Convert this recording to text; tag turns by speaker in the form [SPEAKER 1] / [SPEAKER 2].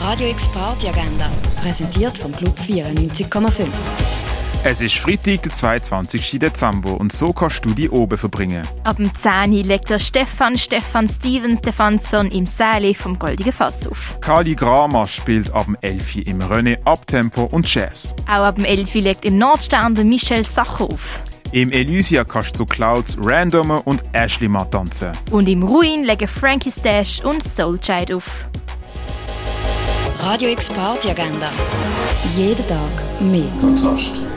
[SPEAKER 1] Radio X Agenda, präsentiert vom Club 94,5.
[SPEAKER 2] Es ist Freitag, der 22. Dezember und so kannst du die oben verbringen.
[SPEAKER 3] Ab dem 10 Uhr legt der Stefan Stefan Stevens Stefansson im Säle vom Goldigen Fass auf.
[SPEAKER 2] Kali Grama spielt ab dem 11. Uhr im René Abtempo und Jazz.
[SPEAKER 3] Auch ab dem 11 Uhr legt im Nordstern der Michel Sacher auf.
[SPEAKER 2] Im Elysia kannst du zu Clouds, Randomer und Ashley mal tanzen.
[SPEAKER 3] Und im Ruin legen Frankie Stash und Soulchild auf.
[SPEAKER 1] Radio X Agenda, jeden Tag mehr.
[SPEAKER 4] Kontrast.